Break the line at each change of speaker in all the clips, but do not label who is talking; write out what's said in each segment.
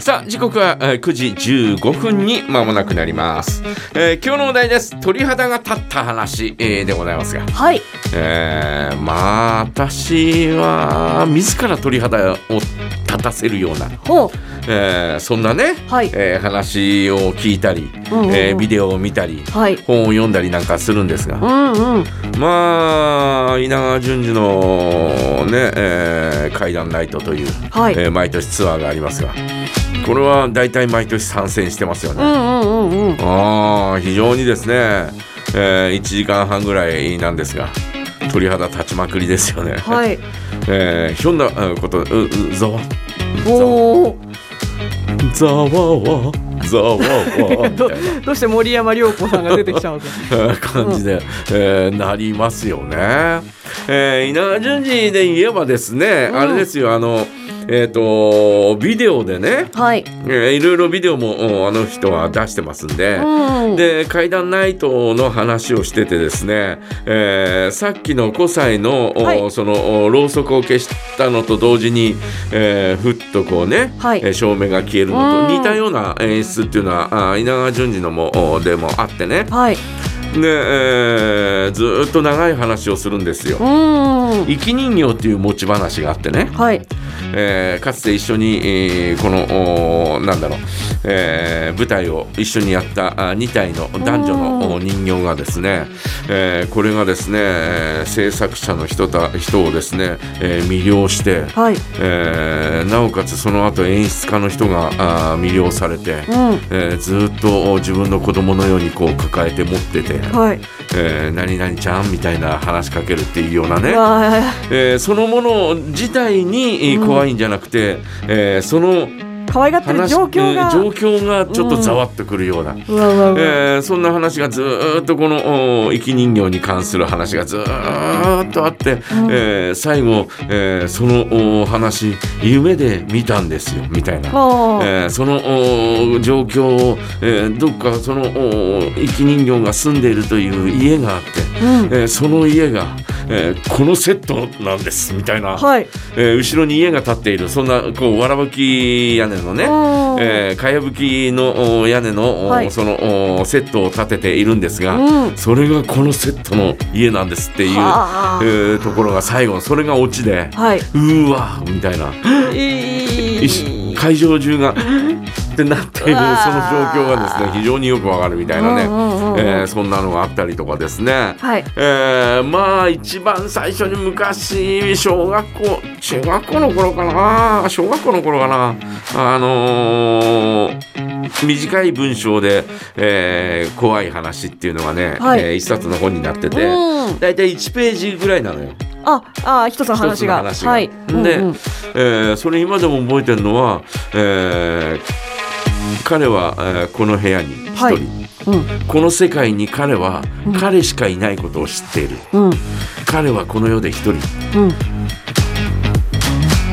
さあ時刻はえー9時15分に間もなくなります、えー今日のお題です鳥肌が立った話、えーでございますが、
はい。
えーまあ私は自ら鳥肌を立たせるような、
ほう。
えーそんなね、
はい
えー話を聞いたり、
うんうんうん
えービデオを見たり、
はい
本を読んだりなんかするんですが
う、んうん。
まあ稲川淳二のね、えー、怪談ライトという、
はい
えー毎年ツアーがありますがこれは大体毎年参戦してますよ
う
ね、
んうんうんうん。
ああ非常にですね、えー、1時間半ぐらいなんですが鳥肌立ちまくりですよね、
はい。
えーひょんなうんことううざわ
おお。
ざわわざわわみた い
ど
な
どうして森山良子さんが出てきちゃうんですか。
感じで、えーなりますよね。えー、稲川淳二で言えばですね、
うん
あれですよあのえっ、とビデオでね、
はい。
えーいろいろビデオもおあの人は出してますんで。
うん。
で怪談ナイトの話をしててですね、えーさっきの5歳の、お
はい
そのおろうそくを消したのと同時に、えーふっとこうね、
はい
えー照明が消えるのと
うん
似たような演出っていうのはあ稲川淳二のもおでもあってね、
はい。
ねえーずーっと長い話をするんですよ
う。ん。
生き人形っていう持ち話があってね、
はい。
えーかつて一緒に、えーこのおーなんだろう、えー舞台を一緒にやったあ2体の男女のお人形がですね、えーこれがですね、えー制作者の人た人をですね、えー魅了して、
はい。
えーなおかつその後演出家の人があー魅了されて、
うん。
えーずーっと自分の子供のようにこう抱えて持ってて。
はい。
えー何々ちゃんみたいな話しかけるっていうようなね、
わ
えーそのもの自体にえー
うん
怖いんじゃなくて、えーその
あ。可愛がってる
話
状
え
況
ー
が。
状況がちょっとざわっとくるような。
うわうわうわ。
えーそんな話がずーっとこのお生き人形に関する話がずーっとあって、えー最後、えーそのお話夢で見たんですよみたいな、
おー
えーそのおー状況を、えーどっかそのおー生き人形が住んでいるという家があって、
うん。
えーその家が、えーこのセットなんですみたいな、
はい。
えー後ろに家が建っているそんなこうわらぶき屋根のね、
うん
えーかやぶきのお屋根の、お
はい
そのおセットを建てているんですが、
うん
それがこのセットの家なんですっていう、え
はあ
ーところが最後それがオチで、
はいう
ーわーみたいな。
いい
一瞬会場中がってなっているその状
うわー
況がですね非常によくわかるみたいなね、
うんうんうんうん
えーそんなのがあったりとかですね、
はい
えーまあ一番最初に昔小学校中学校の頃かな小学校の頃かなあのー短い文章で、えー怖い話っていうのがね、
はい
えー一冊の本になってて、
うん
だいたい1ページぐらいなのよ。
ああ一つの
一つ
話
の
が
話が。
はい
で、
うんうん
えーそれ今でも覚えてるのは、えー彼は、えーこの部屋に一人、
はいうん
この世界に彼は、彼しかいないことを知っている
うん
彼はこの世で一人
うん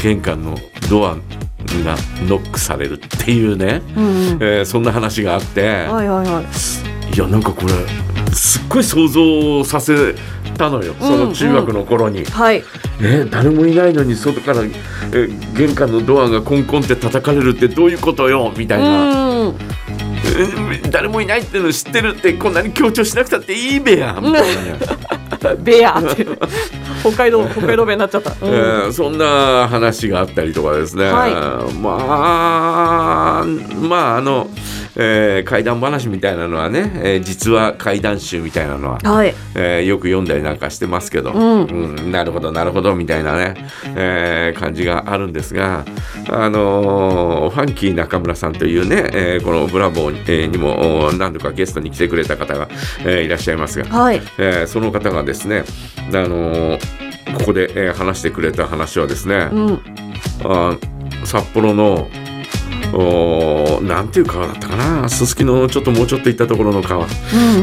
玄関のドアがノックされるっていうね、
うんうん
えーそんな話があって、
はいはいはい
い、やなんかこれすっごい想像させたのよ、その中学の頃に。
はい
え誰もいないのに外から、えー玄関のドアがコンコンって叩かれるってどういうことよみたいな、
うん
えー誰もいないっての知ってるってこんなに強調しなくたっていいべやみたいなね、
ベアって 北海道北海道弁になっちゃったうん
えーそんな話があったりとかですね、
はい
まあまああの、えー怪談話みたいなのはね、えー実は怪談集みたいなのは
はい
えーよく読んだりなんかしてますけど、
うん
うんなるほどなるほどみたいなね、えー感じがあるんですが、あのーファンキー中村さんというね、えーこの「ブラボーに」えーにもお何度かゲストに来てくれた方が、えーいらっしゃいますが、
はい
えーその方がですね、あのーここで、えー話してくれた話はですね、
うん
あー札幌のおーなんていう川だったかなすすきのちょっともうちょっと行ったところの川。
うん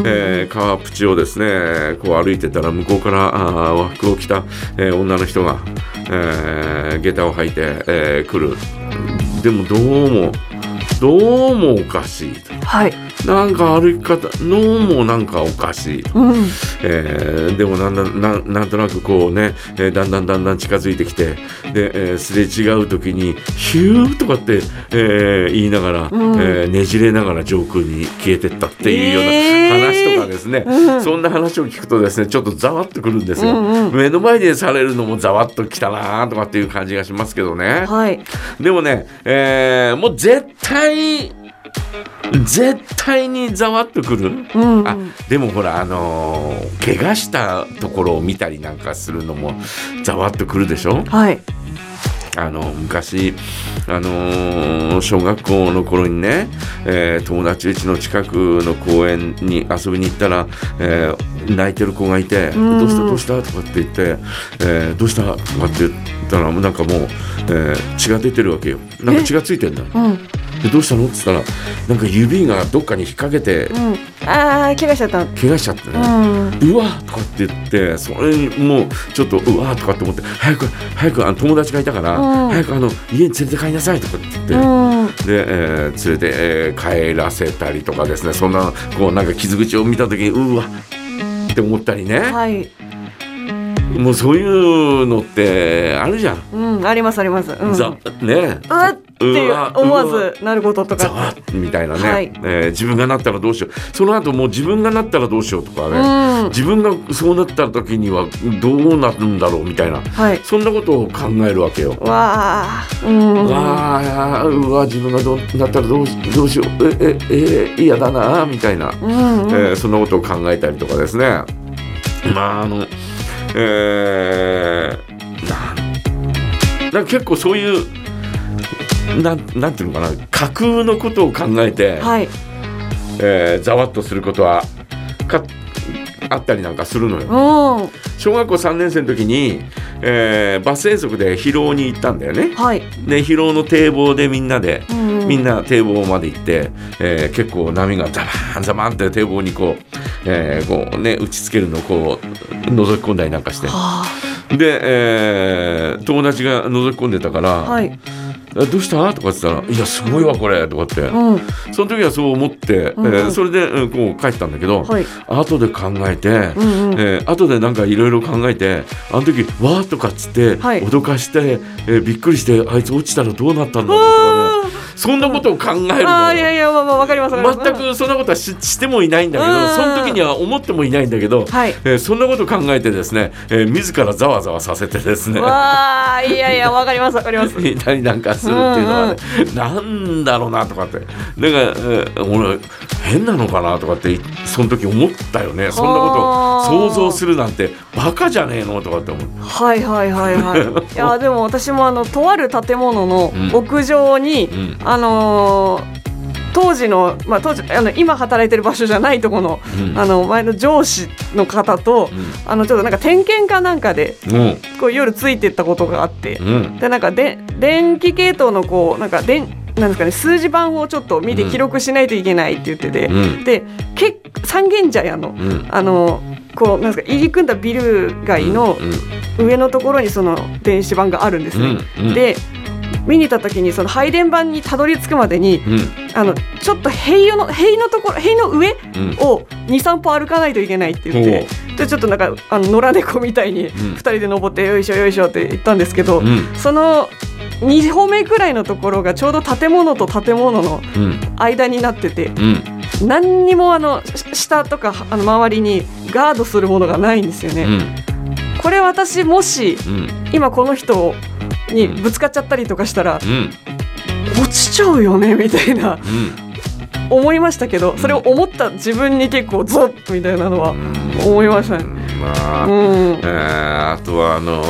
えー川プチをですねこう歩いてたら向こうからあー和服を着た、えー女の人が、えー下駄を履いて、えー来るでもどうもどうもおかしいと
はい
なんか歩き方のもなんかおかしいと、
うん、
えーでもなんだなんなんとなくこうね、えーだんだんだんだん近づいてきてで、えーすれ違う時にヒューとかって、えー言いながら、
うん
えーねじれながら上空に消えてったっていうよ
え
う
ー
な話とかですね、
うん
そんな話を聞くとですねちょっとざわっとくるんですよ、
うんうん
目の前でされるのもざわっときたなとかっていう感じがしますけどね。
はい
でもね、えーもう絶対絶対にざわっとくる、
うん
あでもほらあのー怪我したところを見たりなんかするのもざわっとくるでしょ
はい
あの昔、あのー小学校の頃にね、えー友達うちの近くの公園に遊びに行ったら、えー泣いてる子がいて「
ん
どうしたどうした?」とかって言って「えーどうした?」とかって言ったらなんかもう、えー血が出てるわけよなんか血がついてんだ
うん
でどうしたのって言ったらなんか指がどっかに引っ掛けて
うんああ怪我しちゃった
怪我しちゃってね。
うん
うわとかって言ってそれにもうちょっとうわとかって思って早く早くあの友達がいたから、
うん
早くあの家に連れて帰りなさいとかって言って、
うん
で、えー連れて、えー帰らせたりとかですねそんなこうなんか傷口を見た時にうわって思ったりね、
はい
もうそういうのってあるじゃん。
うんありますありますうん
ざね
うわっていう
うわ
思わずなることと
ざ
か
わっみたいなね、
はい
えー自分がなったらどうしようその後もう自分がなったらどうしようとか
う
ね、
ん
自分がそうなった時にはどうなるんだろうみたいな
はい
そんなことを考えるわけよ。
わあうん
わあうわ自分がどうなったらどうしどうしようえええ嫌だなみたいな、
うんうん
えーそんなことを考えたりとかですねまああのえーなんなんか結構そういうなんなんていうのかな架空のことを考えて、
はい
えーざわっとすることはかあったりなんかするのよ。
うん
小学校3年生の時に、えーバス遠足で広尾に行ったんだよね。
はい
で広尾の堤防でみんなで
うん
みんな堤防まで行って、えー結構波がザバーンザバーンって堤防にこう,、えーこうね、打ちつけるのをこう覗き込んだりなんかして
は
で、えー友達が覗き込んでたから「
あはい
あどうした?」とかって言ったら「いやすごいわこれ」とかって
うん
その時はそう思って、
うんうん
えーそれで、うんこう帰ったんだけど、
はい
後で考えて。
うんうん
えー後でなんかいろいろ考えてあの時わーとかっつって、
はい
脅かして、えーびっくりしてあいつ落ちたらどうなったんだろうとかね
あ
そんなことを考えるの
ーあーいや
よ
いやまあまあわかりますわかります
全くそんなことはししてもいないんだけ
うん
どその時には思ってもいないんだけど、
はい
えーそんなことを考えてですね、えー自らざわざわさせてですね
わあいやいやわかりますわかります
いたりなんかするっていうのはね、なんだろうなとかってだから、えー俺変なのかなとかってその時思ったよねそんなことを想像するなんてバカじゃねえのとかって思う。
はいはいはいはい いやでも私もあのとある建物の屋上に、
うん
あのー当時の、まあ、当時あの今働いてる場所じゃないとこの,、
うん
あの前の上司の方と、
う
あのちょっとなんか点検かなんかで
うん
こう夜ついてったことがあって、
うん
でなんかで電気系統のこうなんかでなんですかね数字盤をちょっと見て記録しないといけないって言ってて、
うん
でけ三軒茶屋の、
うん
あのこうなんですか入り組んだビル街の
うん
上のところにその電子版があるんですね。
うんうん
で見に行った時にその配電盤にたどり着くまでに
うん
あのちょっと塀の塀のところ塀の上
うん
を23歩歩かないといけないって言ってでちょっとなんかあの野良猫みたいに
ん
2人で登ってよいしょよいしょって言ったんですけど、
うん
その2歩目くらいのところがちょうど建物と建物の
うん
間になってて
うん
何にもあのし下とかあの周りにガードするものがないんですよね。これ私もし
うん
今この人にぶつかっちゃったりとかしたら
うん
落ちちゃうよねみたいな
うん
思いましたけどそれを思った自分に結構ゾッみたいなのは思いましたね。
まあ、
うん
えーあとはあの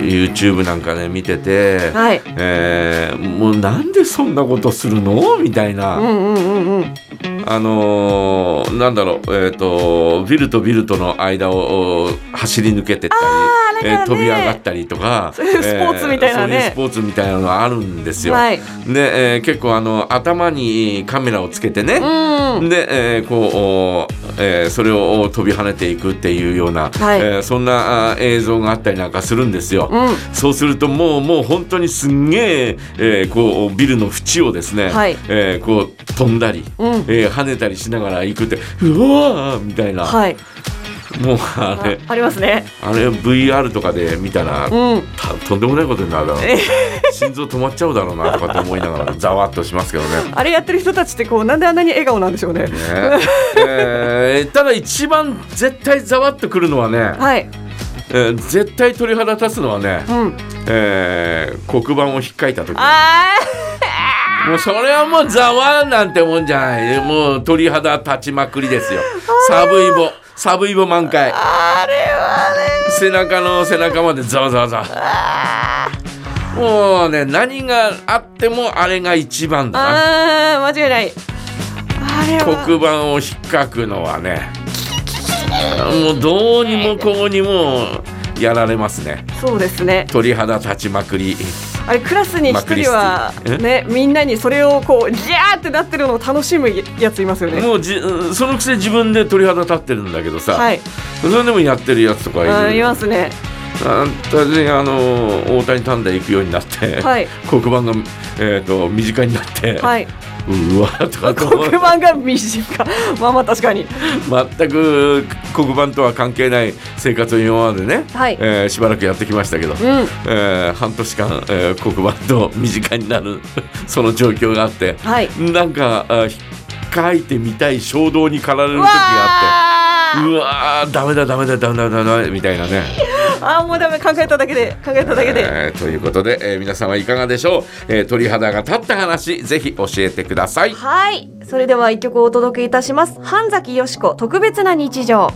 YouTube なんかね見てて、
はい
えーもうなんでそんなことするのみたいうな、
んうんうんうん
あのーなんだろう、えー、とビルとビルとの間をお走り抜けてった
あー
り、え
なんかね
ー飛び上がったりとか
そういうスポーツみたいなね
えーそういうスポーツみたいなのがあるんですよ。
はい
で、えー結構あの頭にカメラをつけてね、
うん
で、えーこうおえーそれを飛び跳ねていくっていうような、
はい
えーそんなあー映像があったりなんかするんですよ。
うん
そうするともうもう本当にすんげええーこうビルの縁をですね、
はい
えーこう飛んだり、
うん
えー跳ねたりしながら行くってうわーみたいな、
はい
もうあ
あ
れ
ありますね
あれ VR とかで見たら、
うん
たとんでもないことになるだろう
え
心臓止まっちゃうだろうなとかって思いながらざわっとしますけどね。
あれやってる人たちってこうなんであんなに笑顔なんでしょうね
ねえーただ一番絶対ざわっとくるのはね、
はい
えー絶対鳥肌立つのはね、
うん
えー黒板をひっかいた時
あ
もうそれはもうざわなんてもんじゃないもう鳥肌立ちまくりですよサブイボサブイボ満開
ああれはね
背中の背中までざわざわざわもうね何があってもあれが一番だな
あー間違いないあれは
黒板をひっかくのはねもうどうにもこうにもやられますね
そうですね
鳥肌立ちまくり
あれクラスに一人は
マクリステ
ねみんなにそれをこうギャーってなってるのを楽しむやついますよね
もうじそのくせ自分で鳥肌立ってるんだけどさ、
はい
それでもやってるやつとかいる
あいますね
あんたねあの大谷短大行くようになって、
はい
黒板が、えー、と身近になって、
はいう
わとかと思
黒
う
板が短 まあまあ確かに
全く黒板とは関係ない生活を今までね、
はい
えーしばらくやってきましたけど、
うん
えー半年間、えー黒板と身近になる その状況があって、
はい
なんかあひっかいてみたい衝動に駆られる時
う
があって。
わ
うわーダメだダメだダメだダメだダメだみたいなね。
ーあーもうダメ考えただけで考えただけで
えーということで、えー皆さんはいかがでしょう、えー鳥肌が立った話ぜひ教えてください
はいそれでは一曲お届けいたします半崎よしこ特別な日常